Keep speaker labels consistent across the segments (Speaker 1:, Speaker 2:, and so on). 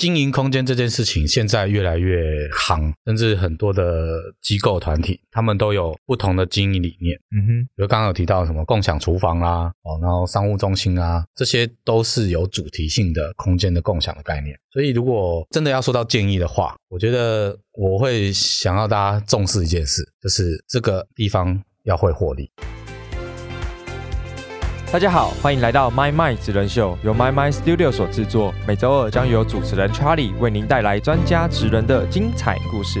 Speaker 1: 经营空间这件事情现在越来越夯，甚至很多的机构团体，他们都有不同的经营理念。
Speaker 2: 嗯哼，
Speaker 1: 比如刚刚有提到什么共享厨房啦、哦，然后商务中心啊，这些都是有主题性的空间的共享的概念。所以，如果真的要说到建议的话，我觉得我会想要大家重视一件事，就是这个地方要会获利。
Speaker 2: 大家好，欢迎来到 My My 职人秀，由 My My Studio 所制作，每周二将由主持人 Charlie 为您带来专家职人的精彩故事。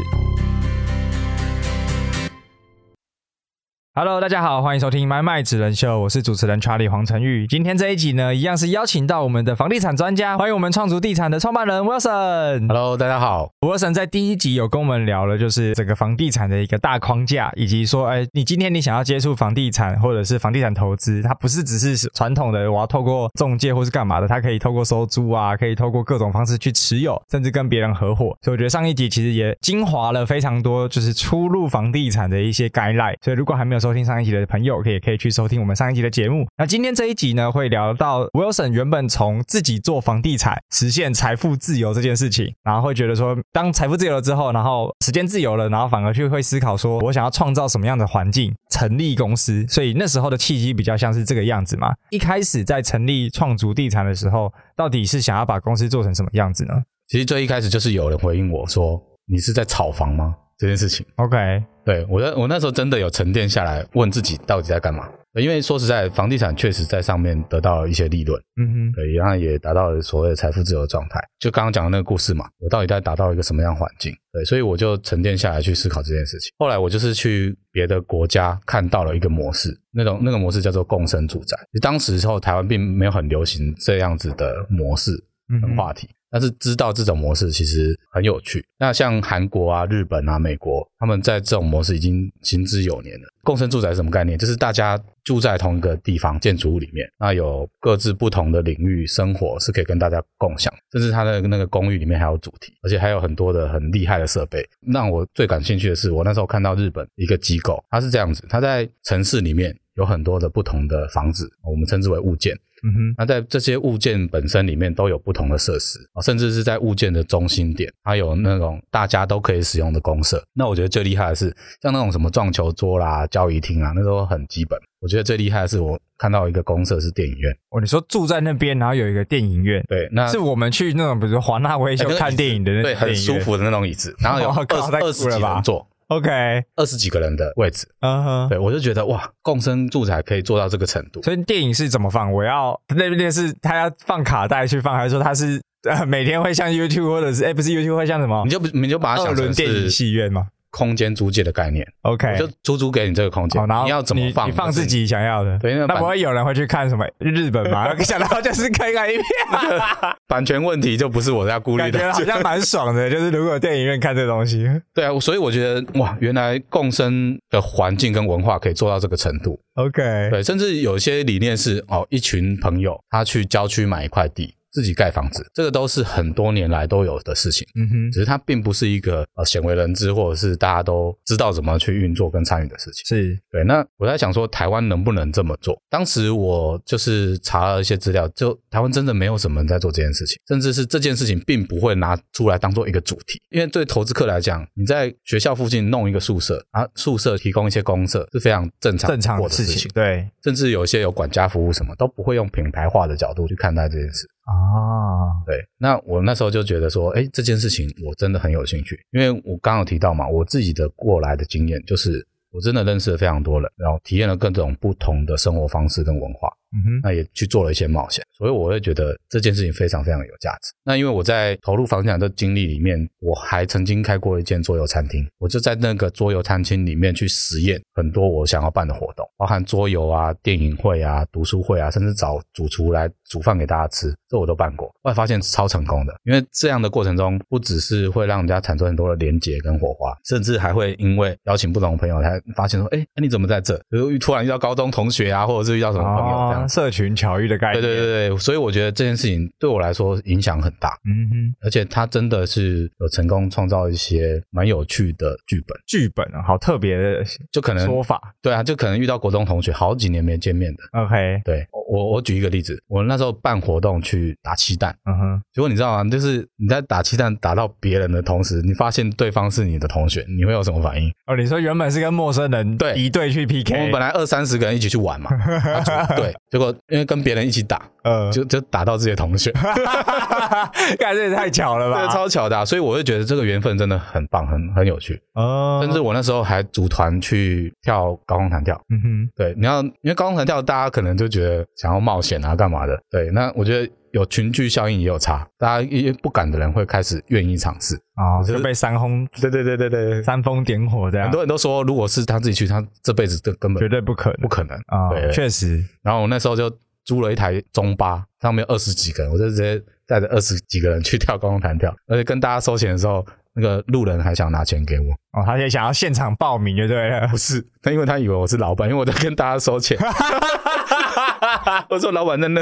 Speaker 2: Hello，大家好，欢迎收听《My My 指人秀》，我是主持人 Charlie 黄成玉。今天这一集呢，一样是邀请到我们的房地产专家，欢迎我们创足地产的创办人 Wilson。
Speaker 1: Hello，大家好，
Speaker 2: Wilson 在第一集有跟我们聊了，就是整个房地产的一个大框架，以及说，哎，你今天你想要接触房地产或者是房地产投资，它不是只是传统的我要透过中介或是干嘛的，它可以透过收租啊，可以透过各种方式去持有，甚至跟别人合伙。所以我觉得上一集其实也精华了非常多，就是初入房地产的一些 guideline。所以如果还没有收听上一集的朋友，可以可以去收听我们上一集的节目。那今天这一集呢，会聊到 Wilson 原本从自己做房地产实现财富自由这件事情，然后会觉得说，当财富自由了之后，然后时间自由了，然后反而去会思考说，我想要创造什么样的环境，成立公司。所以那时候的契机比较像是这个样子嘛。一开始在成立创足地产的时候，到底是想要把公司做成什么样子呢
Speaker 1: 其实最一开始就是有人回应我说：“你是在炒房吗？”这件事情，
Speaker 2: ？OK，
Speaker 1: 对我那我那时候真的有沉淀下来，问自己到底在干嘛。因为说实在，房地产确实在上面得到了一些利润，
Speaker 2: 嗯哼，
Speaker 1: 对，然后也达到了所谓的财富自由的状态。就刚刚讲的那个故事嘛，我到底在达到一个什么样的环境？对，所以我就沉淀下来去思考这件事情。后来我就是去别的国家看到了一个模式，那种那个模式叫做共生住宅。当时候台湾并没有很流行这样子的模式，
Speaker 2: 嗯
Speaker 1: 很
Speaker 2: 哼，
Speaker 1: 话题。但是知道这种模式其实很有趣。那像韩国啊、日本啊、美国，他们在这种模式已经行之有年了。共生住宅是什么概念？就是大家住在同一个地方建筑物里面，那有各自不同的领域生活是可以跟大家共享，甚至它的那个公寓里面还有主题，而且还有很多的很厉害的设备。让我最感兴趣的是，我那时候看到日本一个机构，它是这样子，它在城市里面有很多的不同的房子，我们称之为物件。
Speaker 2: 嗯哼，
Speaker 1: 那在这些物件本身里面都有不同的设施啊，甚至是在物件的中心点，它有那种大家都可以使用的公社。那我觉得最厉害的是，像那种什么撞球桌啦、交易厅啊，那都很基本。我觉得最厉害的是，我看到一个公社是电影院。
Speaker 2: 哦，你说住在那边，然后有一个电影院，
Speaker 1: 对，那
Speaker 2: 是我们去那种，比如说华纳威
Speaker 1: 呃哎
Speaker 2: 秀
Speaker 1: 那个椅子
Speaker 2: 看电影的那种
Speaker 1: 对，很
Speaker 2: 电影
Speaker 1: 舒
Speaker 2: 院。
Speaker 1: 服的那种椅子，然后有
Speaker 2: 哇靠太
Speaker 1: 二
Speaker 2: 酷
Speaker 1: 二十
Speaker 2: 了
Speaker 1: 几
Speaker 2: 吧
Speaker 1: 人坐，
Speaker 2: OK，
Speaker 1: 二十几个人的位置。
Speaker 2: 嗯哼。
Speaker 1: 对我就觉得哇，共生住宅可以做到这个程度。
Speaker 2: 所以电影是怎么放？我要那边是他要放卡带去放，还是说他是呃每天会像 YouTube 或者是哎、不是 YouTube 会像什么
Speaker 1: 你就不你就把它
Speaker 2: 二
Speaker 1: 想
Speaker 2: 轮
Speaker 1: 成
Speaker 2: 电影
Speaker 1: 是
Speaker 2: 戏院吗
Speaker 1: 空间租借的概念，
Speaker 2: ？OK，
Speaker 1: 我就出租给你这个空间
Speaker 2: 哎好，然，后
Speaker 1: 你要怎么放
Speaker 2: 你放
Speaker 1: 就是
Speaker 2: 自己想要的。
Speaker 1: 对那
Speaker 2: 那
Speaker 1: 版
Speaker 2: 不会有人会去看什么日 本吗？想到就是看看一遍，
Speaker 1: 版权问题就不是我要顾虑
Speaker 2: 感觉啊
Speaker 1: 的，
Speaker 2: 好像蛮爽的。就是如果有电影院看这东西
Speaker 1: 对啊，所以我觉得哇，原来共生的环境跟文化可以做到这个程度，
Speaker 2: ，OK，
Speaker 1: 对，甚至有些理念是哦，一群朋友他去郊区买一块地，自己盖房子，这个都是很多年来都有的事情，
Speaker 2: 嗯哼，
Speaker 1: 只是它并不是一个呃鲜为人知或者是大家都知道怎么去运作跟参与的事情。
Speaker 2: 是
Speaker 1: 对，那我在想说，台湾能不能这么做？当时我就是查了一些资料，就台湾真的没有什么人在做这件事情，甚至是这件事情并不会拿出来当做一个主题，因为对投资客来讲，你在学校附近弄一个宿舍啊，宿舍提供一些公社是非常正常
Speaker 2: 正常
Speaker 1: 过
Speaker 2: 的
Speaker 1: 的
Speaker 2: 事
Speaker 1: 事
Speaker 2: 情，对
Speaker 1: 甚至有一些有管家服务什么都不会用品牌化的角度去看待这件事。
Speaker 2: 啊，
Speaker 1: 对，那我那时候就觉得说，哎，这件事情我真的很有兴趣，因为我刚刚有提到嘛，我自己的过来的经验就是，我真的认识了非常多人，然后体验了各种不同的生活方式跟文化，
Speaker 2: 嗯哼，
Speaker 1: 那也去做了一些冒险，所以我会觉得这件事情非常非常有价值。那因为我在投入房地产的经历里面，我还曾经开过一间桌游餐厅，我就在那个桌游餐厅里面去实验很多我想要办的活动，包含桌游啊、电影会啊、读书会啊，甚至找主厨来煮饭给大家吃，这我都办过。后来发现超成功的，因为这样的过程中，不只是会让人家产生很多的连结跟火花，甚至还会因为啊邀请不同的朋友，才发现说，哎，那你怎么在这？比如突然遇到高中同学啊，或者是遇到什么朋友这样子。
Speaker 2: 像社群巧遇的概
Speaker 1: 对
Speaker 2: 念。
Speaker 1: 对对对，所以我觉得这件事情对我来说影响很大，
Speaker 2: 嗯哼，
Speaker 1: 而且它真的是有成功创造一些蛮有趣的剧本，
Speaker 2: 剧本啊，好特别的
Speaker 1: 就可能
Speaker 2: 说法。
Speaker 1: 对啊，就可能遇到国中同学好几年没见面的。
Speaker 2: OK，
Speaker 1: 对我我我举一个例子，我那时候办活动去打气弹，
Speaker 2: 嗯哼，
Speaker 1: 结果你知道吗？就是你在打气弹打到别人的同时，你发现对方是你的同学，你会有什么反应？
Speaker 2: 哦，你说原本是跟陌生人
Speaker 1: 对
Speaker 2: 一队去 PK，
Speaker 1: 我们本来二三十个人一起去玩嘛，啊就对，结果因为跟别人一起打，
Speaker 2: 呃，
Speaker 1: 就就打到自己的同学，
Speaker 2: 感觉也太巧了
Speaker 1: 这
Speaker 2: 吧？
Speaker 1: 个超巧的啊、所以我就觉得这个缘分真的很棒，很很有趣。
Speaker 2: 哦，
Speaker 1: 甚至我那时候还组团去跳高空弹跳，
Speaker 2: 嗯哼，
Speaker 1: 对，你要因为高空弹跳，大家可能就觉得想要冒险啊，干嘛的？对，那我觉得有群聚效应也有差，大家一些不敢的人会开始愿意尝试。
Speaker 2: 哦，
Speaker 1: 就是
Speaker 2: 就被煽风
Speaker 1: 对对对对对，
Speaker 2: 煽风点火这样
Speaker 1: 很，多人都说，如果是他自己去，他这辈子都根
Speaker 2: 绝
Speaker 1: 本
Speaker 2: 对不可
Speaker 1: 不
Speaker 2: 能
Speaker 1: 可能。
Speaker 2: 啊
Speaker 1: 对，
Speaker 2: 确实，
Speaker 1: 然后我那时候就租了一台中巴，上面有二十几个人，我就直接带着二十几个人去跳高空弹跳，而且跟大家收钱的时候，那个路人还想拿钱给我，
Speaker 2: 哦，他也想要现场报名就对了
Speaker 1: 不，是，他因为他以为我是老板，因为我在跟大家收 钱。我说老板在那，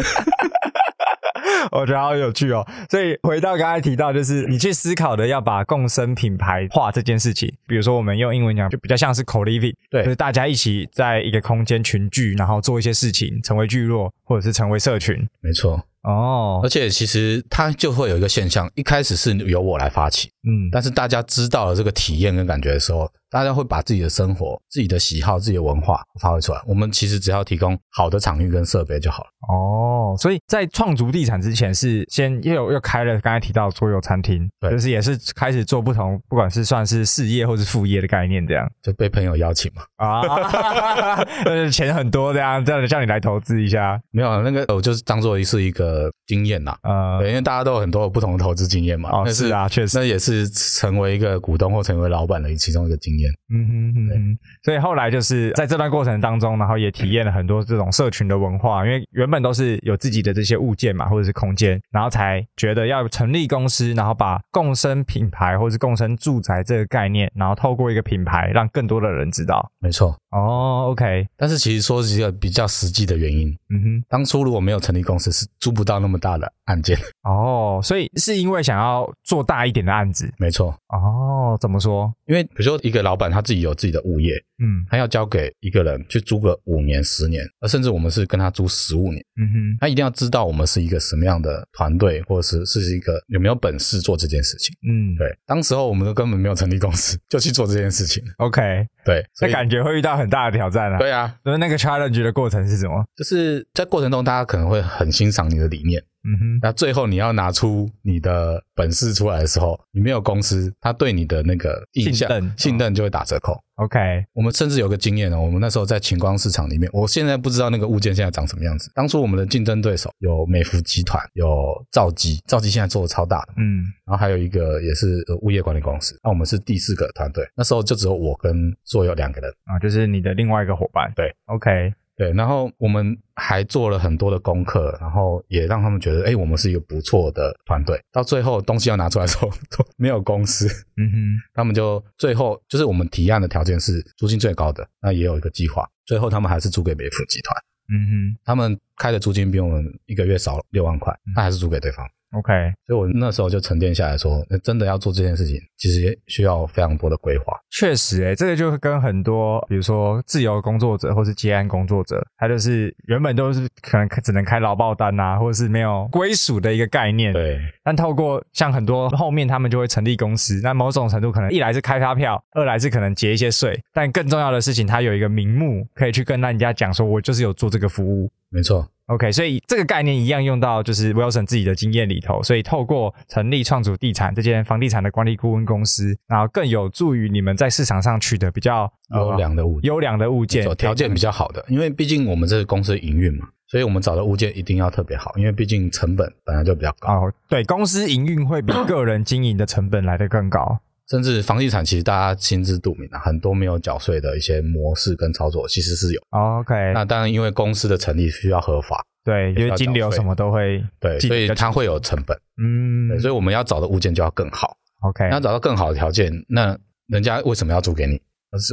Speaker 2: 我觉得好有趣哦。所以回到刚才提到，就是你去思考的要把共生品牌化这件事情，比如说我们用英文讲，就比较像是 co-living，
Speaker 1: 对
Speaker 2: 就是大家一起在一个空间群聚，然后做一些事情，成为聚落或者是成为社群。
Speaker 1: 没错。
Speaker 2: 哦
Speaker 1: 而，且其实它就会有一个现象，一开始是由我来发起，
Speaker 2: 嗯，
Speaker 1: 但是大家知道了这个体验跟感觉的时候，大家会把自己的生活、自己的喜好、自己的文化发挥出来。我们其实只要提供好的场域跟设备就好了。
Speaker 2: 哦，所以在创足地产之前是先又有又开了刚才提到桌游餐厅，
Speaker 1: 对
Speaker 2: 就是也是开始做不同，不管是算是事业或是副业的概念这样
Speaker 1: 就被朋友邀请嘛？
Speaker 2: 啊， 就是钱很多这样，这样叫你来投资一下，
Speaker 1: 没有啊，那个我就是当做是一个经验啦。
Speaker 2: 呃，
Speaker 1: 对，因为大家都有很多不同的投资经验嘛。
Speaker 2: 哦
Speaker 1: 那
Speaker 2: 是啊确实
Speaker 1: 那也是成为一个股东或成为老板的其中一个经验。
Speaker 2: 嗯哼嗯
Speaker 1: 对
Speaker 2: 哼，所以后来就是在这段过程当中，然后也体验了很多这种社群的文化，因为原本都是有自己的这些物件嘛，或者是空间，然后才觉得要成立公司，然后把共生品牌或是共生住宅这个概念，然后透过一个品牌让更多的人知道。
Speaker 1: 没错，
Speaker 2: 哦，OK，
Speaker 1: 但是其实说是一个比较实际的原因，
Speaker 2: 嗯
Speaker 1: 当初如果没有成立公司，是租不到那么大的案件。
Speaker 2: 哼，哦，所以是因为想要做大一点的案子。
Speaker 1: 没错，
Speaker 2: 哦，怎么说？
Speaker 1: 因为比如说一个老板他自己有自己的物业，
Speaker 2: 嗯
Speaker 1: 他要交给一个人去租个五年、十年，而甚至我们是跟他租十五年，
Speaker 2: 嗯哼。
Speaker 1: 他一定要知道我们是一个什么样的团队，或者是是一个有没有本事做这件事情。
Speaker 2: 嗯，
Speaker 1: 对，当时候我们都根本没有成立公司，就去做这件事情。
Speaker 2: ，OK，
Speaker 1: 对，所
Speaker 2: 那
Speaker 1: 以
Speaker 2: 感觉会遇到很大的挑战啊。，
Speaker 1: 对啊，
Speaker 2: 那那个 challenge 的过程是什么？
Speaker 1: 就是在过程中，大家可能会很欣赏你的理念，
Speaker 2: 嗯哼，
Speaker 1: 那最后你要拿出你的本事出来的时候，你没有公司，他对你的那个印象
Speaker 2: 信任嗯
Speaker 1: 信任就会打折扣。
Speaker 2: OK，
Speaker 1: 我们甚至有个经验哦呢，我们那时候在晴光市场里面，我现在不知道那个物件现在长什么样子。当初我们的竞争对手有美孚集团，有兆基，兆基现在做的超大的，
Speaker 2: 嗯
Speaker 1: 然后还有一个也是呃物业管理公司。那我们是第四个团队，那时候就只有我跟硕有两个人。
Speaker 2: 啊，就是你的另外一个伙伴。
Speaker 1: 对
Speaker 2: ，OK，
Speaker 1: 对，然后我们还做了很多的功课，然后也让他们觉得，哎，我们是一个不错的团队。到最后东西要拿出来的时候，都没有公司，
Speaker 2: 嗯哼，
Speaker 1: 他们就最后就是我们提案的条件是租金最高的，那也有一个计划，最后他们还是租给美孚集团。
Speaker 2: 嗯
Speaker 1: 他们开的租金比我们一个月少六万块
Speaker 2: 嗯，
Speaker 1: 那还是租给对方。
Speaker 2: 哼，OK，
Speaker 1: 所以我那时候就沉淀下来说，那真的要做这件事情，其实也需要非常多的规划。
Speaker 2: 确实、欸，这个就跟很多比如说自由工作者或是接案工作者，他就是原本都是可能只能开劳报单啊，或者是没有归属的一个概念。。
Speaker 1: 对，
Speaker 2: 但透过像很多后面他们就会成立公司，那某种程度可能一来是开发票，二来是可能结一些税，但更重要的事情，他有一个名目可以去跟人家讲说，我就是有做这个服务，
Speaker 1: 没错，
Speaker 2: OK，所以这个概念一样用到就是 Wilson 自己的经验里头，所以透过成立创主地产这间房地产的管理顾问公司，然后更有助于你们在市场上取得比较呃
Speaker 1: 优良的物件，
Speaker 2: 优良的物
Speaker 1: 没
Speaker 2: 件
Speaker 1: 错，条件比较好的，因为毕竟我们这个公司营运嘛，所以我们找的物件一定要特别好，因为毕竟成本本来就比较高，
Speaker 2: 哦，对，公司营运会比个人经营的成本来得更高。
Speaker 1: 甚至房地产其实大家心知肚明啊，很多没有缴税的一些模式跟操作其实是有。
Speaker 2: OK，
Speaker 1: 那当然，因为公司的成立需要合法，
Speaker 2: 对，因为金流什么都会
Speaker 1: 对，
Speaker 2: 记得
Speaker 1: 所以
Speaker 2: 比较
Speaker 1: 它会有成本，
Speaker 2: 嗯
Speaker 1: 对所以我们要找的物件就要更好。
Speaker 2: ，OK，
Speaker 1: 你要找到更好的条件，那人家为什么要租给你？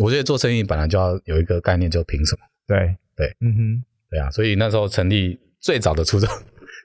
Speaker 1: 我觉得做生意本来就要有一个概念，就凭什么？
Speaker 2: 对
Speaker 1: 对，
Speaker 2: 嗯哼。
Speaker 1: 对啊，所以那时候成立最早的初衷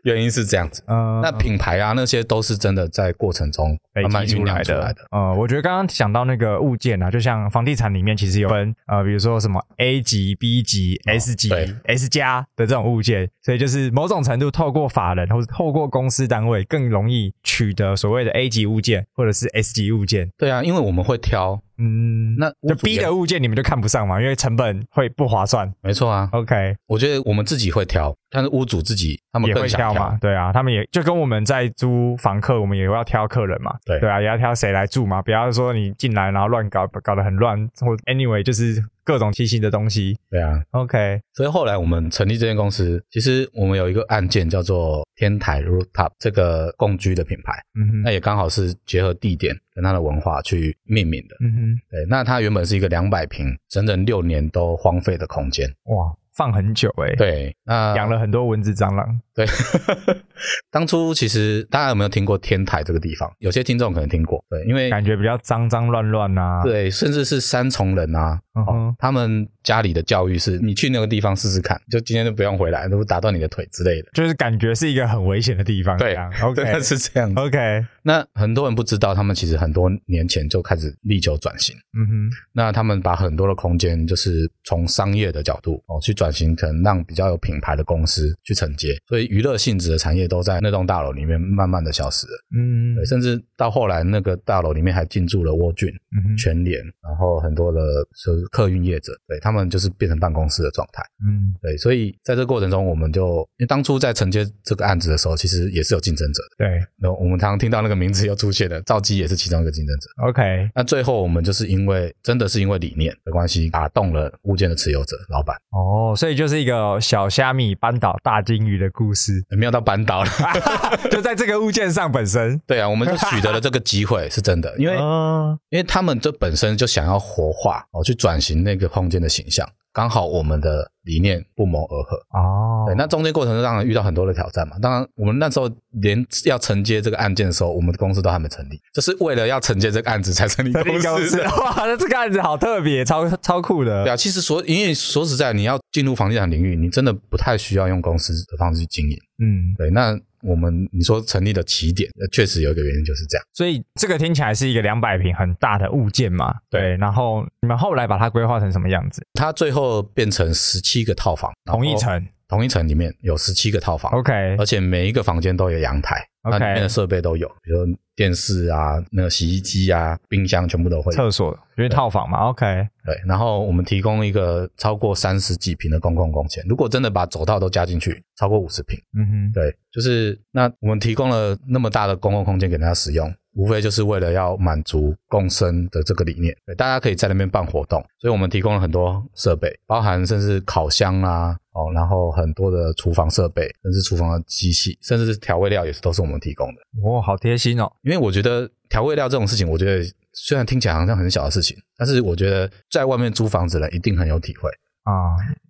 Speaker 1: 原因是这样子。
Speaker 2: 嗯，
Speaker 1: 那品牌啊，那些都是真的在过程中慢慢
Speaker 2: 累积
Speaker 1: 酝
Speaker 2: 出
Speaker 1: 酿
Speaker 2: 来
Speaker 1: 出来
Speaker 2: 的
Speaker 1: 的。。
Speaker 2: 呃，我觉得刚刚讲到那个物件啊，就像房地产里面其实有分呃，比如说什么 A 级、B 级、S 级
Speaker 1: 哦对、
Speaker 2: S 加的这种物件，所以就是某种程度透过法人或者透过公司单位更容易取得所谓的 A 级物件或者是 S 级物件。
Speaker 1: 对啊，因为我们会挑，
Speaker 2: 嗯，
Speaker 1: 那
Speaker 2: 就
Speaker 1: 屋主
Speaker 2: B
Speaker 1: 也
Speaker 2: 的物件你们就看不上嘛，因为成本会不划算。
Speaker 1: 没错啊。
Speaker 2: OK，
Speaker 1: 我觉得我们自己会挑，但是屋主自己他们
Speaker 2: 也
Speaker 1: 更
Speaker 2: 会
Speaker 1: 想
Speaker 2: 挑嘛，对啊，他们也就跟我们在租房客，我们也要挑客人嘛，
Speaker 1: 对
Speaker 2: 对啊，也要挑谁来住嘛，不要说你进来然后乱搞，搞得很乱，或 anyway 就是各种奇形的东西。
Speaker 1: 对啊，
Speaker 2: OK，
Speaker 1: 所以后来我们成立这间公司，其实我们有一个案件叫做天台 Rooftop 这个共居的品牌，
Speaker 2: 嗯
Speaker 1: 那
Speaker 2: 哼，
Speaker 1: 也刚好是结合地点跟它的文化去命名的。
Speaker 2: 嗯
Speaker 1: 对，那它原本是一个两百平，整整六年都荒废的空间。
Speaker 2: 哼，哇，放很久哎、欸，，
Speaker 1: 对，那
Speaker 2: 养了很多蚊子蟑螂，
Speaker 1: 对， 当初其实大家有没有听过天台这个地方？有些听众可能听过，对，因为
Speaker 2: 感啊觉比较脏脏乱乱呐。，
Speaker 1: 哎对，甚至是三重人啊，
Speaker 2: 嗯哼，
Speaker 1: 他们家里的教育是，你去那个地方试试看，就今天就不用回来，都打断你的腿之类的。
Speaker 2: 就是感觉是一个很危险的地方这
Speaker 1: 对
Speaker 2: 样。
Speaker 1: 真的
Speaker 2: OK
Speaker 1: 是这样子。
Speaker 2: OK，
Speaker 1: 那很多人不知道，他们其实很多年前就开始力求转型。
Speaker 2: 嗯哼，
Speaker 1: 那他们把很多的空间，就是从商业的角度哦去转型，可能让比较有品牌的公司去承接，所以娱乐性质的产业都在那栋大楼里面慢慢的消失了。
Speaker 2: 嗯
Speaker 1: 对，甚至到后来那个大楼里面还进驻了沃郡、
Speaker 2: 嗯哼，
Speaker 1: 全联，然后很多的就是客运业者，对他们就是变成办公室的状态。
Speaker 2: 嗯，
Speaker 1: 对，所以在这个过程中，我们就因为当初在承接这个案子的时候，其实也是有竞争者的。
Speaker 2: 对
Speaker 1: 那我们常常听到那个名字又出现了，赵姬也是其中一个竞争者。
Speaker 2: ，OK，
Speaker 1: 那最后我们就是因为真的是因为理念的关系，打动了物件的持有者老板，
Speaker 2: 哦，所以就是一个小虾米扳倒大金鱼的故事。
Speaker 1: 也没有到扳倒了。
Speaker 2: 就在这个物件上本身。
Speaker 1: 对啊，我们就取得了这个机会，是真的，因为
Speaker 2: 哦
Speaker 1: 因为他们这本身就想要活化哦，去转型那个空间的形象，刚好我们的理念不谋而合。
Speaker 2: 哦
Speaker 1: 对，那中间过程当然遇到很多的挑战嘛。当然，我们那时候连要承接这个案件的时候，我们的公司都还没成立，就是为了要承接这个案子才成立
Speaker 2: 这个公
Speaker 1: 公司
Speaker 2: 司
Speaker 1: 的。
Speaker 2: 哇，那这个案子好特别，超超酷
Speaker 1: 对
Speaker 2: 的。
Speaker 1: 啊，其实说，因为说实在，你要进入房地产领域，你真的不太需要用公司的方式去经营。
Speaker 2: 嗯，
Speaker 1: 对，那我们你说成立的起点，呃确实有一个原因就是这样。
Speaker 2: 所以这个听起来是一个两百平很大的物件嘛。
Speaker 1: 对
Speaker 2: 对，然后你们后来把它规划成什么样子？
Speaker 1: 它最后变成十七个套房，然后
Speaker 2: 同一，层呃
Speaker 1: 同一层里面有十七个套房。
Speaker 2: 哦，OK，
Speaker 1: 而且每一个房间都有阳台那
Speaker 2: OK
Speaker 1: 里面的设备都有，比如说电视啊、那个洗衣机啊、冰箱全部都会有。
Speaker 2: 厕所就是套房嘛，OK，
Speaker 1: 对，然后我们提供一个超过三十几平的公共空间，如果真的把走道都加进去，超过五十平。
Speaker 2: 嗯哼，
Speaker 1: 对，就是那我们提供了那么大的公共空间给大家使用，无非就是为了要满足共生的这个理念。对，大家可以在那边办活动，所以我们提供了很多设备，包含甚至烤箱啊，哦，然后很多的厨房设备，甚至厨房的机器，甚至是调味料也是都是我们提供的。
Speaker 2: 哇，好贴心哦。
Speaker 1: 因为我觉得调味料这种事情，我觉得虽然听起来好像很小的事情，但是我觉得在外面租房子的人一定很有体会。
Speaker 2: 啊，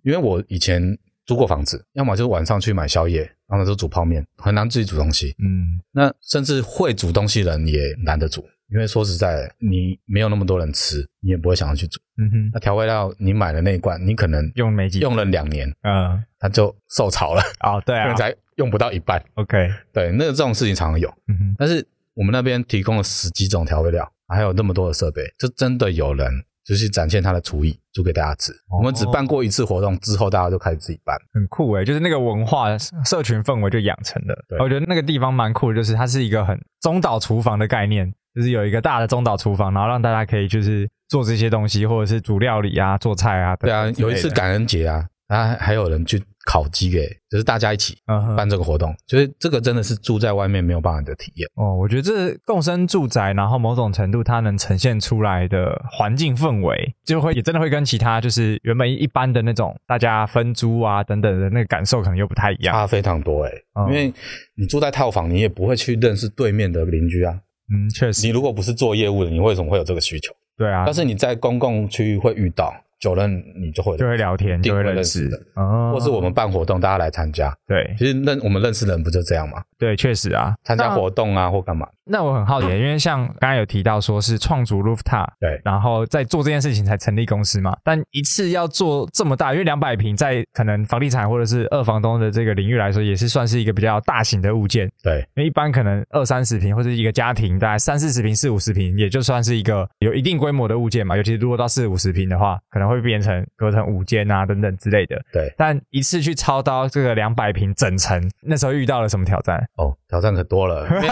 Speaker 1: 因为我以前租过房子，要么就是晚上去买宵夜，要么就煮泡面，很难自己煮东西。
Speaker 2: 嗯，
Speaker 1: 那甚至会煮东西的人也懒得煮，因为说实在，你没有那么多人吃，你也不会想要去煮。
Speaker 2: 嗯哼，
Speaker 1: 那调味料你买的那一罐，你可能
Speaker 2: 用没几，
Speaker 1: 用了两年，
Speaker 2: 嗯，
Speaker 1: 它就受潮了，
Speaker 2: 哦，对
Speaker 1: 可
Speaker 2: 啊
Speaker 1: 能 才用不到一半。
Speaker 2: ，OK，
Speaker 1: 对，那个这种事情常常有。
Speaker 2: 嗯哼，
Speaker 1: 但是我们那边提供了十几种调味料，还有那么多的设备，就真的有人就是展现他的厨艺，煮给大家吃。我们只办过一次活动，之后大家就开始自己办。
Speaker 2: 很酷诶、就是那个文化社群氛围就养成了。
Speaker 1: 对
Speaker 2: 我觉得那个地方蛮酷的，就是它是一个很中岛厨房的概念，就是有一个大的中岛厨房，然后让大家可以就是做这些东西，或者是煮料理啊、做菜啊。
Speaker 1: 对啊
Speaker 2: 等，等
Speaker 1: 有一次
Speaker 2: 之类的，
Speaker 1: 感恩节啊，啊还有人去烤鸡给，就是大家一起
Speaker 2: 嗯哼
Speaker 1: 办这个活动，就是这个真的是住在外面没有办法的体验。
Speaker 2: 哦，我觉得这共生住宅，然后某种程度它能呈现出来的环境氛围，就会也真的会跟其他就是原本一般的那种大家分租啊等等的那个感受可能又不太一样。
Speaker 1: 差非常多哎、
Speaker 2: 嗯
Speaker 1: 因为你住在套房，你也不会去认识对面的邻居啊。
Speaker 2: 嗯，确实，
Speaker 1: 你如果不是做业务的，你为什么会有这个需求？
Speaker 2: 对啊
Speaker 1: 但，是你在公共区域会遇到，久了你就会
Speaker 2: 就会聊天，
Speaker 1: 定
Speaker 2: 就会
Speaker 1: 会
Speaker 2: 认
Speaker 1: 认
Speaker 2: 识
Speaker 1: 识的，
Speaker 2: 哦
Speaker 1: 或是我们办活动，大家来参加。
Speaker 2: 对
Speaker 1: 其实认我们认识的人不就这样吗？
Speaker 2: 对，确实啊。
Speaker 1: 参加
Speaker 2: 那
Speaker 1: 活动啊，或干嘛？
Speaker 2: 那我很 好奇，因为像刚刚有提到说是创主 Rooftop，
Speaker 1: 对
Speaker 2: 然后在做这件事情才成立公司嘛。但一次要做这么大，因为两百平在可能房地产或者是二房东的这个领域来说，也是算是一个比较大型的物件。
Speaker 1: 对
Speaker 2: 因为一般可能二三十平或者一个家庭大概三四十平、四五十平，也就算是一个有一定规模的物件嘛。尤其是如果到四五十平的话，可能会变成隔成五间啊等等之类的。
Speaker 1: 对
Speaker 2: 但一次去操刀这个两百平整层，那时候遇到了什么挑战？
Speaker 1: 哦，挑战可多了。因为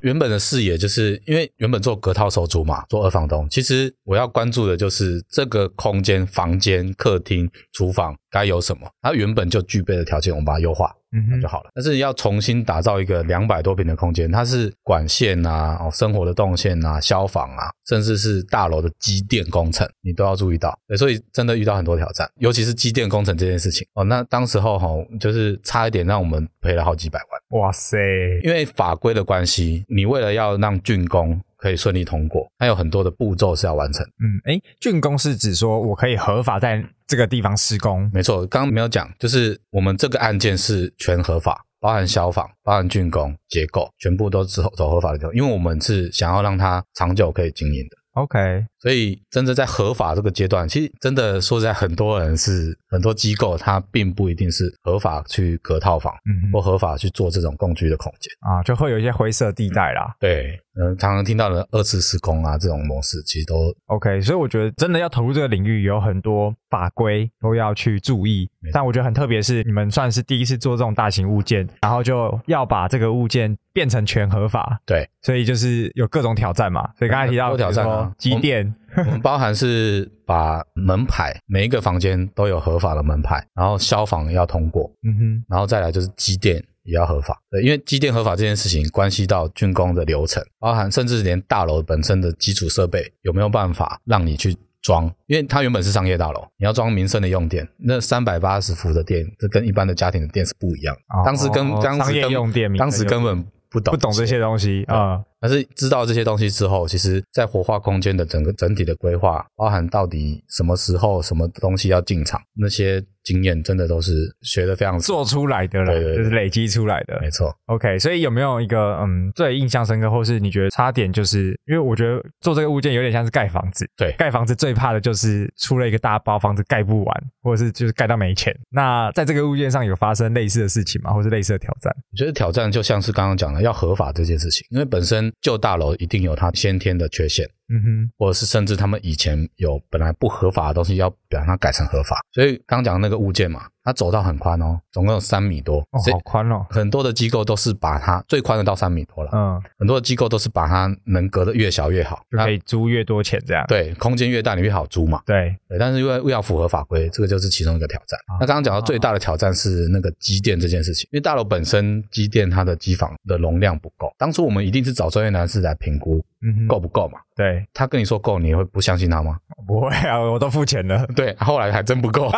Speaker 1: 原本的视野就是因为原本做隔套收租嘛，做二房东，其实我要关注的就是这个空间、房间、客厅、厨房该有什么，它原本就具备的条件，我们把它优化。
Speaker 2: 嗯
Speaker 1: 那就好了。但是要重新打造一个两百多平的空间，它是管线啊、哦生活的动线啊、消防啊，甚至是大楼的机电工程，你都要注意到。对，所以真的遇到很多挑战，尤其是机电工程这件事情哦。那当时候哈、就是差一点让我们赔了好几百万，
Speaker 2: 哇塞，
Speaker 1: 因为法规的关系，你为了要让竣工可以顺利通过，它有很多的步骤是要完成。
Speaker 2: 嗯，哎，竣工是指说我可以合法在这个地方施工，
Speaker 1: 没错，刚刚没有讲，就是我们这个案件是全合法，包含消防、包含竣工、结构，全部都是走走合法的流程，因为我们是想要让它长久可以经营的。
Speaker 2: OK，嗯
Speaker 1: 所以，真的在合法这个阶段，其实真的说实在，很多人是很多机构，它并不一定是合法去隔套房
Speaker 2: 嗯
Speaker 1: 或合法去做这种共居的空间。
Speaker 2: 啊，就会有一些灰色地带啦。
Speaker 1: 对，嗯，常常听到的二次施工啊这种模式，其实都
Speaker 2: OK，所以我觉得真的要投入这个领域，有很多法规都要去注意
Speaker 1: 没。错
Speaker 2: 但我觉得很特别是，你们算是第一次做这种大型物件，然后就要把这个物件变成全合法，
Speaker 1: 对。
Speaker 2: 所以就是有各种挑战嘛。所以刚才提到
Speaker 1: 很多挑战啊
Speaker 2: 比如说机电，
Speaker 1: 我们包含是把门牌，每一个房间都有合法的门牌，然后消防要通过，
Speaker 2: 嗯哼，
Speaker 1: 然后再来就是机电也要合法，对，因为机电合法这件事情关系到竣工的流程，包含甚至连大楼本身的基础设备有没有办法让你去装，因为它原本是商业大楼，你要装民生的用电，那三百八十伏的电，这跟一般的家庭的电是不一样的。
Speaker 2: 哦
Speaker 1: 当时跟当时
Speaker 2: 商业
Speaker 1: 跟
Speaker 2: 用电，民生
Speaker 1: 当时
Speaker 2: 用
Speaker 1: 根
Speaker 2: 电
Speaker 1: 本不懂
Speaker 2: 不懂这些东西啊、
Speaker 1: 但是知道这些东西之后，其实在活化空间的整个整体的规划，包含到底什么时候什么东西要进场，那些经验真的都是学的非常
Speaker 2: 做出来的啦，
Speaker 1: 对对对
Speaker 2: 就是累积出来的。
Speaker 1: 没错，
Speaker 2: OK，所以有没有一个嗯最印象深刻，或是你觉得差点，就是因为我觉得做这个物件有点像是盖房子，
Speaker 1: 对
Speaker 2: 盖房子最怕的就是出了一个大包，房子盖不完，或者是就是盖到没钱。那在这个物件上有发生类似的事情吗？或是类似的挑战？
Speaker 1: 我觉得挑战就像是刚刚讲的，要合法这件事情，因为本身旧大楼一定有它先天的缺陷，
Speaker 2: 嗯哼，
Speaker 1: 或者是甚至他们以前有本来不合法的东西，要把它改成合法。所以刚刚讲的那个物件嘛，它走道很宽哦，总共有三米多，
Speaker 2: 哦，
Speaker 1: 所以
Speaker 2: 好宽哦，
Speaker 1: 很多的机构都是把它最宽的到三米多了，
Speaker 2: 嗯，
Speaker 1: 很多的机构都是把它能隔得越小越好，
Speaker 2: 就可以租越多钱这样。
Speaker 1: 对，空间越大，你越好租嘛。
Speaker 2: 对，
Speaker 1: 对，但是因为为要符合法规，这个就是其中一个挑战。那刚刚讲到最大的挑战是那个机电这件事情，因为大楼本身机电它的机房的容量不够。当初我们一定是找专业人士来评估
Speaker 2: 嗯哼，
Speaker 1: 够不够嘛。
Speaker 2: 对，
Speaker 1: 他跟你说够，你会不相信他吗？
Speaker 2: 不会啊，我都付钱了，
Speaker 1: 对，后来还真不够，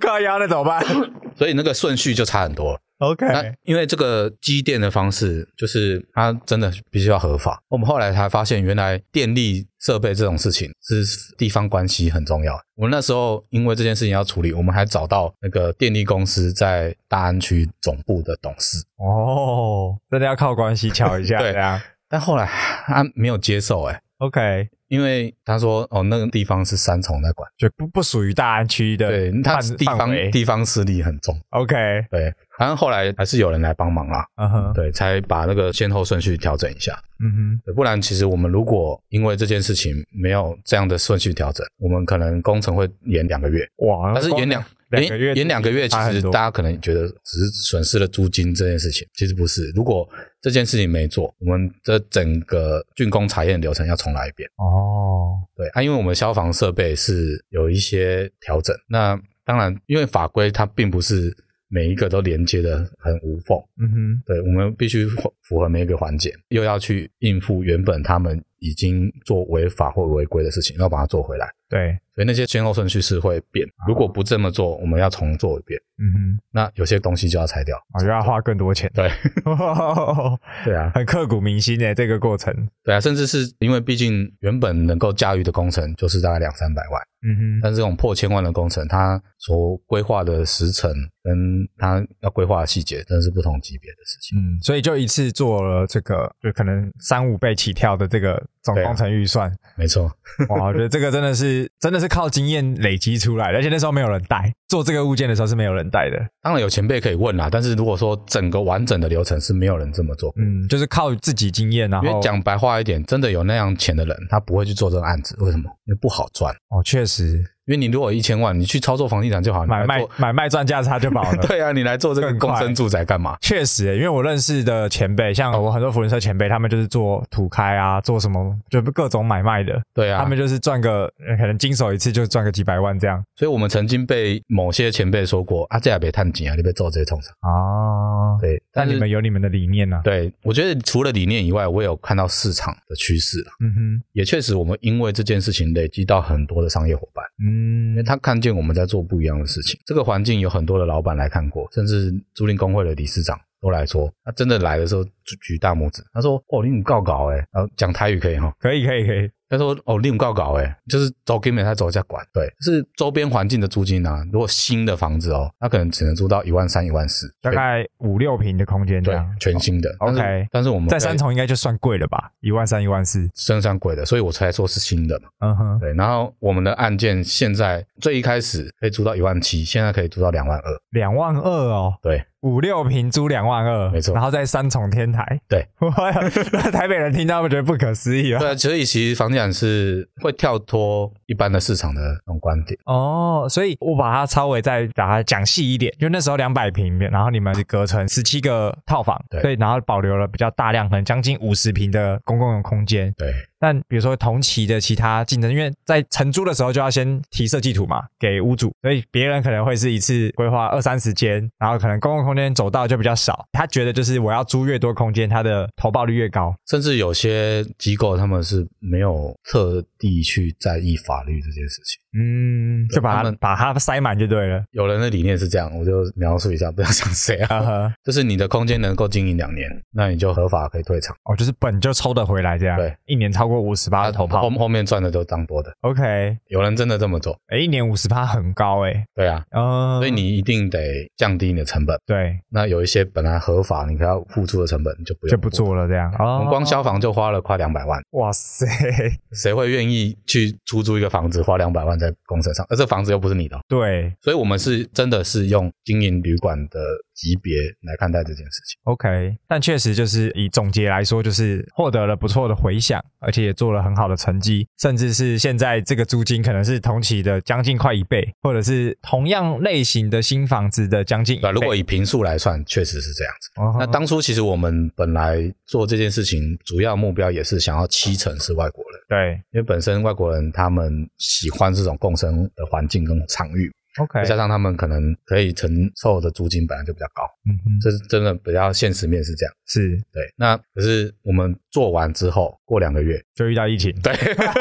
Speaker 2: 靠腰那怎么办
Speaker 1: 所以那个顺序就差很多了。
Speaker 2: ？OK，
Speaker 1: 那因为这个机电的方式，就是它真的必须要合法。我们后来才发现，原来电力设备这种事情是地方关系很重要。我们那时候因为这件事情要处理，我们还找到那个电力公司在大安区总部的董事，
Speaker 2: 哦，真的要靠关系瞧一下
Speaker 1: 对
Speaker 2: 这样。
Speaker 1: 但后来他没有接受、欸，
Speaker 2: OK，
Speaker 1: 因为他说哦，那个地方是三重在管，
Speaker 2: 就不不属于大安区的
Speaker 1: 对，
Speaker 2: 范
Speaker 1: 他地
Speaker 2: 范
Speaker 1: 方
Speaker 2: 围
Speaker 1: 地方势力很重，
Speaker 2: OK，
Speaker 1: 对。反正后来还是有人来帮忙啦，
Speaker 2: 嗯哼，
Speaker 1: 对，才把那个先后顺序调整一下。
Speaker 2: 嗯哼，
Speaker 1: 对不然，其实我们如果因为这件事情没有这样的顺序调整，我们可能工程会延两个月。
Speaker 2: 哇，
Speaker 1: 但是
Speaker 2: 光
Speaker 1: 延两
Speaker 2: 两个月
Speaker 1: 延延两个月，其
Speaker 2: 差很
Speaker 1: 实
Speaker 2: 多
Speaker 1: 大家可能觉得只是损失了租金这件事情，其实不是。如果这件事情没做，我们这整个竣工查验流程要重来一遍。
Speaker 2: 哦，
Speaker 1: 对啊，因为我们消防设备是有一些调整。那当然，因为法规它并不是每一个都连接的很无缝，
Speaker 2: 嗯哼，
Speaker 1: 对我们必须符符合每一个环节，又要去应付原本他们已经做违法或违规的事情，要把它做回来。
Speaker 2: 对，
Speaker 1: 所以那些先后顺序是会变。如果不这么做，我们要重做一遍。
Speaker 2: 嗯
Speaker 1: 那有些东西就要拆掉。
Speaker 2: 哼，我就要花更多钱，
Speaker 1: 对对啊，
Speaker 2: 很刻骨铭心诶，这个过程，
Speaker 1: 对啊，甚至是因为毕竟原本能够驾驭的工程就是大概两三百万，
Speaker 2: 嗯哼，
Speaker 1: 但是这种破千万的工程，它所规划的时程跟它要规划的细节，真的是不同级别的事情。
Speaker 2: 嗯，所以就一次做了这个，就可能三五倍起跳的这个总
Speaker 1: 对啊
Speaker 2: 工程预算，
Speaker 1: 没错，
Speaker 2: 哇，我觉得这个真的是真的是靠经验累积出来的，而且那时候没有人带，做这个物件的时候是没有人带的，
Speaker 1: 当然有前辈可以问啦，但是如果说整个完整的流程是没有人这么做。
Speaker 2: 嗯，就是靠自己经验，然
Speaker 1: 因为
Speaker 2: 后
Speaker 1: 讲白话一点，真的有那样钱的人，他不会去做这个案子，为什么？因为不好赚。
Speaker 2: 哦，确实
Speaker 1: 因为你如果有一千万，你去操作房地产就好，你
Speaker 2: 买
Speaker 1: 来
Speaker 2: 卖
Speaker 1: 做
Speaker 2: 买卖赚价差就饱了。
Speaker 1: 对啊，你来做这个
Speaker 2: 更快
Speaker 1: 共生住宅干嘛？
Speaker 2: 确实、因为我认识的前辈，像
Speaker 1: 哦
Speaker 2: 我很多福伦社前辈，他们就是做土开啊，做什么就各种买卖的，
Speaker 1: 对啊，
Speaker 2: 他们就是赚个呃可能经手一次就赚个几百万这样。
Speaker 1: 所以我们曾经被某些前辈说过啊，这也别探井啊，你被揍这些冲上。
Speaker 2: 哦，
Speaker 1: 对，
Speaker 2: 那
Speaker 1: 啊但
Speaker 2: 你
Speaker 1: 是
Speaker 2: 们有你们的理念呐、啊，
Speaker 1: 对我觉得除了理念以外，我也有看到市场的趋势啦。
Speaker 2: 嗯哼，
Speaker 1: 也确实，我们因为这件事情累积到很多的商业伙伴，因为
Speaker 2: 嗯，
Speaker 1: 他看见我们在做不一样的事情。这个环境有很多的老板来看过，甚至租赁工会的理事长都来说，他真的来的时候举举大拇指，他说：“哦，你很告搞哎、然后讲台语可以哈。”
Speaker 2: 可以可以可以，
Speaker 1: 他说：“哦，利用告搞哎，就是走给美他走一下管，对，就是周边环境的租金啊。如果新的房子哦，他可能只能租到一万三、一万四，
Speaker 2: 大概五六平的空间这
Speaker 1: 对
Speaker 2: 样，
Speaker 1: 全新的。
Speaker 2: 哦
Speaker 1: 但是
Speaker 2: OK
Speaker 1: 但是我们
Speaker 2: 在三重应该就算贵了吧，一万三一万四，
Speaker 1: 身上贵的，所以我才说是新的嘛。
Speaker 2: 嗯哼，
Speaker 1: 对，然后我们的案件现在最一开始可以租到一万七，现在可以租到两万二，
Speaker 2: 两万二哦，
Speaker 1: 对，
Speaker 2: 五六平租两万二，
Speaker 1: 没错
Speaker 2: 然后在三重天台，
Speaker 1: 对，
Speaker 2: 哇， 那台北人听到会觉得不可思议啊。
Speaker 1: 对，所以其实房地产是会跳脱一般的市场的那种观点。
Speaker 2: 哦，所以我把它稍微再把它讲细一点，就那时候两百平，然后你们隔成十七个套房，
Speaker 1: 对
Speaker 2: 对，然后保留了比较大量，可能将近五十平的公共的空间。
Speaker 1: 对，
Speaker 2: 但比如说同期的其他竞争，因为在承租的时候就要先提设计图嘛，给屋主，所以别人可能会是一次规划二三十间，然后可能公共空间走道就比较少，他觉得就是我要租越多空间，他的投报率越高。
Speaker 1: 甚至有些机构他们是没有特地去在意法律这件事情。
Speaker 2: 嗯，就把
Speaker 1: 他
Speaker 2: 它
Speaker 1: 们
Speaker 2: 把它塞满就 对了。
Speaker 1: 有人的理念是这样，我就描述一下，不要讲谁啊，
Speaker 2: 呵呵，
Speaker 1: 就是你的空间能够经营两年，那你就合法可以退场，
Speaker 2: 哦，就是本就抽得回来这样，
Speaker 1: 对，
Speaker 2: 一年超过五十八的
Speaker 1: 后
Speaker 2: 投报
Speaker 1: 后面赚的都当多的，
Speaker 2: ，OK，
Speaker 1: 有人真的这么做，
Speaker 2: 哎，一年五十八很高哎，
Speaker 1: 对啊，
Speaker 2: 嗯，
Speaker 1: 所以你一定得降低你的成本。
Speaker 2: 对
Speaker 1: 那有一些本来合法你可要付出的成本你就不用
Speaker 2: 就不。做了这样，
Speaker 1: 我
Speaker 2: 哦
Speaker 1: 们，光消防就花了快两百万，
Speaker 2: 哇塞，
Speaker 1: 谁会愿意去出租一个房子花两百万在工程上？而这房子又不是你的哦，
Speaker 2: 对
Speaker 1: 所以我们是真的是用经营旅馆的级别来看待这件事情。
Speaker 2: ，OK，但确实就是以总结来说，就是获得了不错的回响，而且也做了很好的成绩，甚至是现在这个租金可能是同期的将近快一倍，或者是同样类型的新房子的将近一
Speaker 1: 对
Speaker 2: 倍。
Speaker 1: 啊，如果以平数来算，确实是这样子。
Speaker 2: 哦
Speaker 1: 那当初其实我们本来做这件事情，主要目标也是想要七成是外国人，
Speaker 2: 对
Speaker 1: 因为本身外国人他们喜欢这种共生的环境跟场域，
Speaker 2: OK，
Speaker 1: 再加上他们可能可以承受的租金本来就比较高，
Speaker 2: 嗯哼
Speaker 1: 这是真的比较现实面是这样。
Speaker 2: 是
Speaker 1: 对，那可是我们做完之后，过两个月，
Speaker 2: 就遇到疫情，
Speaker 1: 对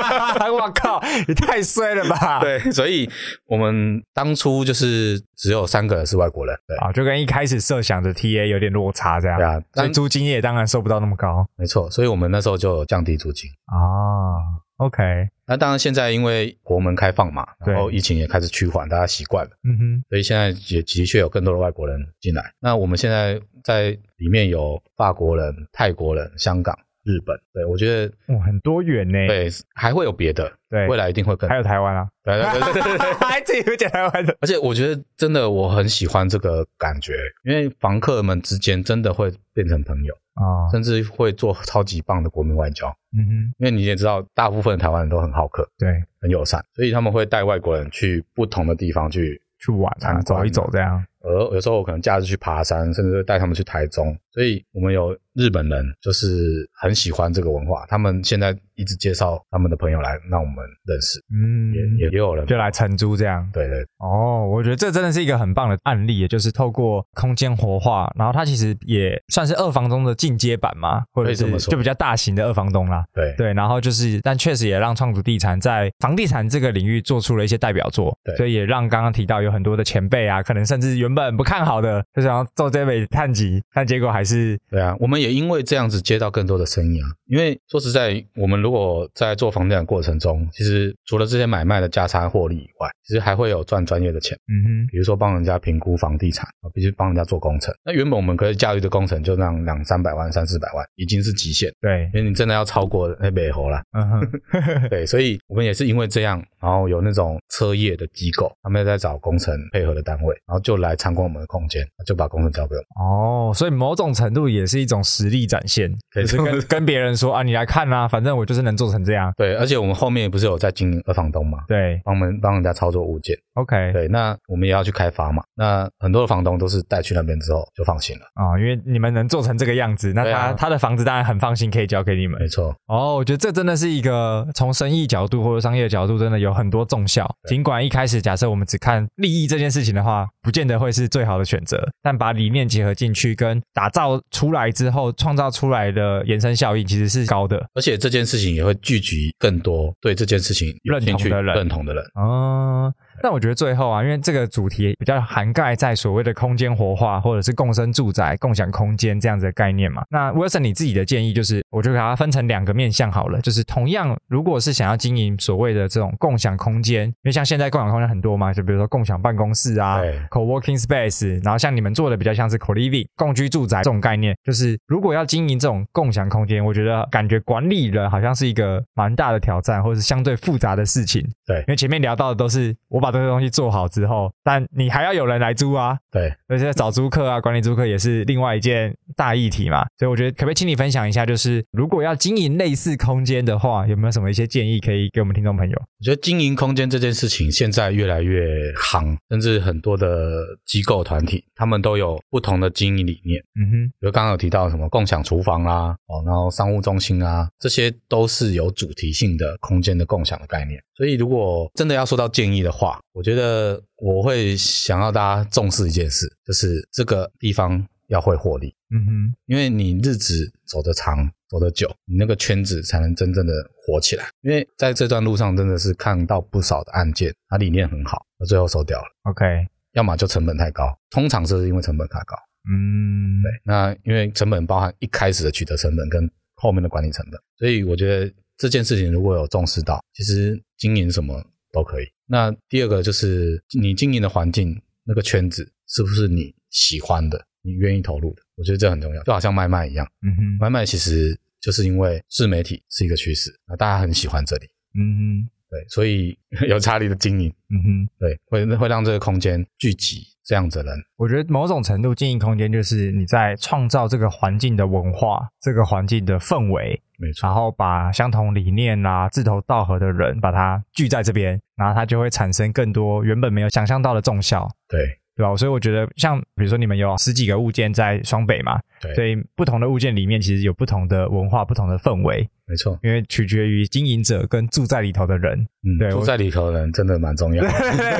Speaker 2: 我靠，也太衰了吧？。
Speaker 1: 对，所以我们当初就是只有三个人是外国人，对
Speaker 2: 啊，就跟一开始设想的 TA 有点落差这样。
Speaker 1: 对啊，
Speaker 2: 所
Speaker 1: 但
Speaker 2: 以租金也当然收不到那么高
Speaker 1: 没错，所以我们那时候就有降低租金。
Speaker 2: 啊。OK，
Speaker 1: 那当然，现在因为国门开放嘛，
Speaker 2: 对
Speaker 1: 然后疫情也开始趋缓，大家习惯了，
Speaker 2: 嗯哼，
Speaker 1: 所以现在也的确有更多的外国人进来。那我们现在在里面有法国人、泰国人、香港、日本，对我觉得
Speaker 2: 哇，哦很多元呢。
Speaker 1: 对，还会有别的，
Speaker 2: 对
Speaker 1: 未来一定会更
Speaker 2: 还有台湾啊，
Speaker 1: 对对对对对 对。
Speaker 2: 还自己会讲台湾的。
Speaker 1: 而且我觉得真的我很喜欢这个感觉，因为房客们之间真的会变成朋友，
Speaker 2: 啊，
Speaker 1: 甚至会做超级棒的国民外交。
Speaker 2: 嗯哼，
Speaker 1: 因为你也知道，大部分的台湾人都很好客，
Speaker 2: 对，
Speaker 1: 很友善，所以他们会带外国人去不同的地方去。
Speaker 2: 去玩
Speaker 1: 参
Speaker 2: 啊，
Speaker 1: 观
Speaker 2: 走一走这样。
Speaker 1: 而有时候我可能假日去爬山，甚至会带他们去台中。所以我们有日本人就是很喜欢这个文化，他们现在一直介绍他们的朋友来让我们认识，
Speaker 2: 嗯，
Speaker 1: 也也有人
Speaker 2: 就来承租这样。
Speaker 1: 对对
Speaker 2: 哦，我觉得这真的是一个很棒的案例，也就是透过空间活化，然后它其实也算是二房东的进阶版嘛，或者
Speaker 1: 可以这么
Speaker 2: 是
Speaker 1: 说
Speaker 2: 就比较大型的二房东啦。
Speaker 1: 对
Speaker 2: 对，然后就是，但确实也让创土地产在房地产这个领域做出了一些代表作，
Speaker 1: 对
Speaker 2: 所以也让刚刚提到有很多的前辈啊，可能甚至原本不看好的，就想要做这北探级，但结果还是
Speaker 1: 对啊，我们也因为这样子接到更多的生意啊。因为说实在，我们如果在做房地产过程中，其实除了这些买卖的价差获利以外，其实还会有赚专业的钱，
Speaker 2: 嗯
Speaker 1: 比如说帮人家评估房地产，啊，必须帮人家做工程。那原本我们可以驾驭的工程就那样两三百万、三四百万，已经是极限，
Speaker 2: 哼，对，
Speaker 1: 因为你真的要超过那北猴啦。
Speaker 2: 嗯哼，
Speaker 1: 对，所以我们也是因为这样，然后有那种车业的机构，他们在找工程配合的单位，然后就来参观我们的空间，就把工程交给我们。
Speaker 2: 哦，所以某种程度也是一种实力展现，
Speaker 1: 可以
Speaker 2: 就是
Speaker 1: 这么
Speaker 2: 跟
Speaker 1: 说
Speaker 2: 跟别人说啊，你来看啦、反正我就是能做成这样，
Speaker 1: 对，而且我们后面不是有在经营二房东嘛，
Speaker 2: 对
Speaker 1: 帮我们帮人家操作物件。
Speaker 2: ，OK，
Speaker 1: 对，那我们也要去开发嘛。那很多的房东都是带去那边之后就放心了。
Speaker 2: 啊、因为你们能做成这个样子，那他、
Speaker 1: 对啊
Speaker 2: 他的房子当然很放心，可以交给你们
Speaker 1: 没。错，
Speaker 2: 哦，我觉得这真的是一个从生意角度或者商业角度，真的有很多重效。尽管一开始假设我们只看利益这件事情的话，不见得会是最好的选择，但把理念结合进去，跟打造出来之后创造出来的延伸效益其实是高的。
Speaker 1: 而且这件事情也会聚集更多对这件事情有
Speaker 2: 认
Speaker 1: 兴
Speaker 2: 同
Speaker 1: 趣
Speaker 2: 的人
Speaker 1: 认同的人。
Speaker 2: 哦，那我觉得最后啊，因为这个主题比较涵盖在所谓的空间活化或者是共生住宅、共享空间这样子的概念嘛。那 Wilson 你自己的建议就是，我就把它分成两个面向好了，就是同样如果是想要经营所谓的这种共享空间，因为像现在共享空间很多嘛，就比如说共享办公室啊，
Speaker 1: 对
Speaker 2: co-working space，然后像你们做的比较像是 co-living 共居住宅这种概念，就是如果要经营这种共享空间，我觉得感觉管理人好像是一个蛮大的挑战，或者是相对复杂的事情。
Speaker 1: 对
Speaker 2: 因为前面聊到的都是我把这个东西做好之后，但你还要有人来租啊，
Speaker 1: 对，
Speaker 2: 而且找租客啊、管理租客也是另外一件大议题嘛。所以我觉得，可不可以请你分享一下，就是如果要经营类似空间的话，有没有什么一些建议可以给我们听众朋友？
Speaker 1: 我觉得经营空间这件事情现在越来越行，甚至很多的机构团体，他们都有不同的经营理念。
Speaker 2: 嗯哼，
Speaker 1: 比如刚刚有提到什么共享厨房啦、哦，然后商务中心啊，这些都是有主题性的空间的共享的概念。所以如果真的要说到建议的话，我觉得我会想要大家重视一件事，就是这个地方要会获利，
Speaker 2: 嗯哼。
Speaker 1: 因为你日子走得长。走得久，你那个圈子才能真正的火起来。因为在这段路上，真的是看到不少的案件，它理念很好，那最后收掉了，
Speaker 2: OK，
Speaker 1: 要么就成本太高，通常是因为成本太高。
Speaker 2: 嗯，
Speaker 1: 对，那因为成本包含一开始的取得成本跟后面的管理成本，所以我觉得这件事情如果有重视到，其实经营什么都可以。那第二个就是你经营的环境那个圈子是不是你喜欢的，你愿意投入的，我觉得这很重要。就好像卖卖一样，
Speaker 2: 嗯哼，
Speaker 1: 卖卖其实就是因为自媒体是一个趋势，那大家很喜欢这里，
Speaker 2: 嗯
Speaker 1: 对，所以有查理的经营，
Speaker 2: 哼，嗯哼。
Speaker 1: 对，会会让这个空间聚集这样子的人，
Speaker 2: 我觉得某种程度，经营空间就是你在创造这个环境的文化、这个环境的氛围，
Speaker 1: 没错，
Speaker 2: 然后把相同理念啊、志同道合的人把它聚在这边，然后它就会产生更多原本没有想象到的重效。
Speaker 1: 对
Speaker 2: 对吧？所以我觉得，像比如说你们有十几个物件在双北嘛，
Speaker 1: 对
Speaker 2: 所以不同的物件里面其实有不同的文化、不同的氛围，
Speaker 1: 没错。
Speaker 2: 因为取决于经营者跟住在里头的人。
Speaker 1: 嗯，
Speaker 2: 对
Speaker 1: 住
Speaker 2: 我
Speaker 1: 在里头的人真的蛮重 要的。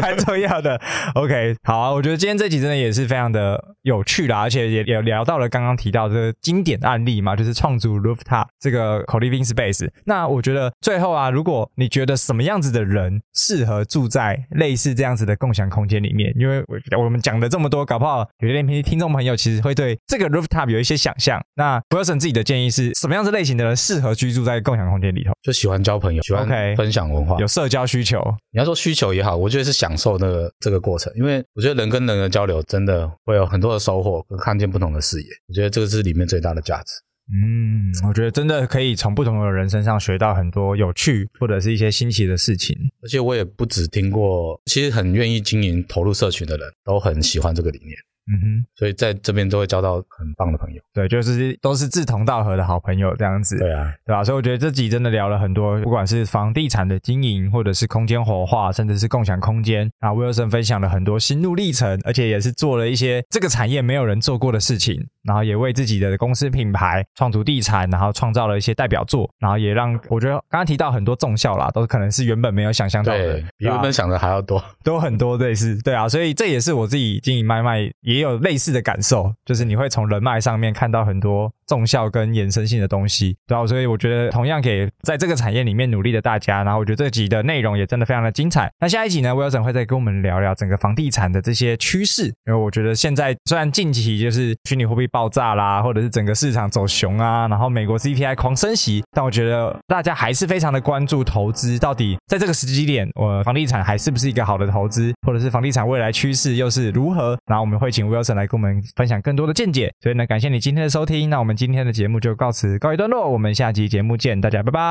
Speaker 2: 蛮重要的。OK，好啊，我觉得今天这集真的也是非常的有趣啦，而且也也聊到了刚刚提到的经典案例嘛，就是创组 Rooftop 这个 co-living space。那我觉得最后啊，如果你觉得什么样子的人适合住在类似这样子的共享空间里面，因为我我们讲了这么多，搞不好有些听众朋友其实会对这个 Rooftop 有一些想象。那 Wilson 自己的建议是什么样子类型的人适合居住在共享空间里头？
Speaker 1: 就喜欢交朋友，喜欢
Speaker 2: OK
Speaker 1: 分享文化。
Speaker 2: 有社交需求，
Speaker 1: 你要说需求也好，我觉得是享受那个这个过程，因为我觉得人跟人的交流真的会有很多的收获，看见不同的视野。我觉得这个是里面最大的价值。
Speaker 2: 嗯，我觉得真的可以从不同的人身上学到很多有趣或者是一些新奇的事情。
Speaker 1: 而且我也不止听过，其实很愿意经营投入社群的人都很喜欢这个理念，
Speaker 2: 嗯哼，
Speaker 1: 所以在这边都会交到很棒的朋友。
Speaker 2: 对，就是都是志同道合的好朋友这样子，
Speaker 1: 对啊，
Speaker 2: 对吧？所以我觉得这集真的聊了很多，不管是房地产的经营，或者是空间活化，甚至是共享空间。啊，Wilson 分享了很多心路历程，而且也是做了一些这个产业没有人做过的事情。然后也为自己的公司品牌创足地产，然后创造了一些代表作，然后也让我觉得刚刚提到很多重效啦，都可能是原本没有想象到的
Speaker 1: 对，，比
Speaker 2: 对啊
Speaker 1: 原本想的还要多。
Speaker 2: 都很多类似，对啊，所以这也是我自己经营卖卖也有类似的感受，就是你会从人脉上面看到很多重效跟延伸性的东西，对啊，所以我觉得同样给在这个产业里面努力的大家，然后我觉得这集的内容也真的非常的精彩。那下一集呢，Wilson 会再跟我们聊聊整个房地产的这些趋势，因为我觉得现在虽然近期就是虚拟货币爆炸啦，或者是整个市场走熊啊，然后美国 CPI 狂升息，但我觉得大家还是非常的关注投资到底在这个时机点，我房地产还是不是一个好的投资，或者是房地产未来趋势又是如何？然后我们会请 Wilson 来跟我们分享更多的见解。所以呢，感谢你今天的收听，那我们今天的节目就告辞告一段落，我们下期节目见，大家拜拜。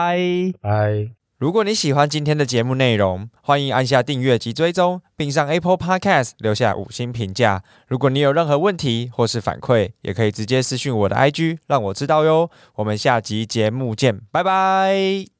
Speaker 1: 哎，
Speaker 3: 如果你喜欢今天的节目内容，欢迎按下订阅及追踪，并上 Apple Podcast 留下五星评价。如果你有任何问题或是反馈，也可以直接私讯我的 IG 让我知道哟。我们下集节目见，拜拜。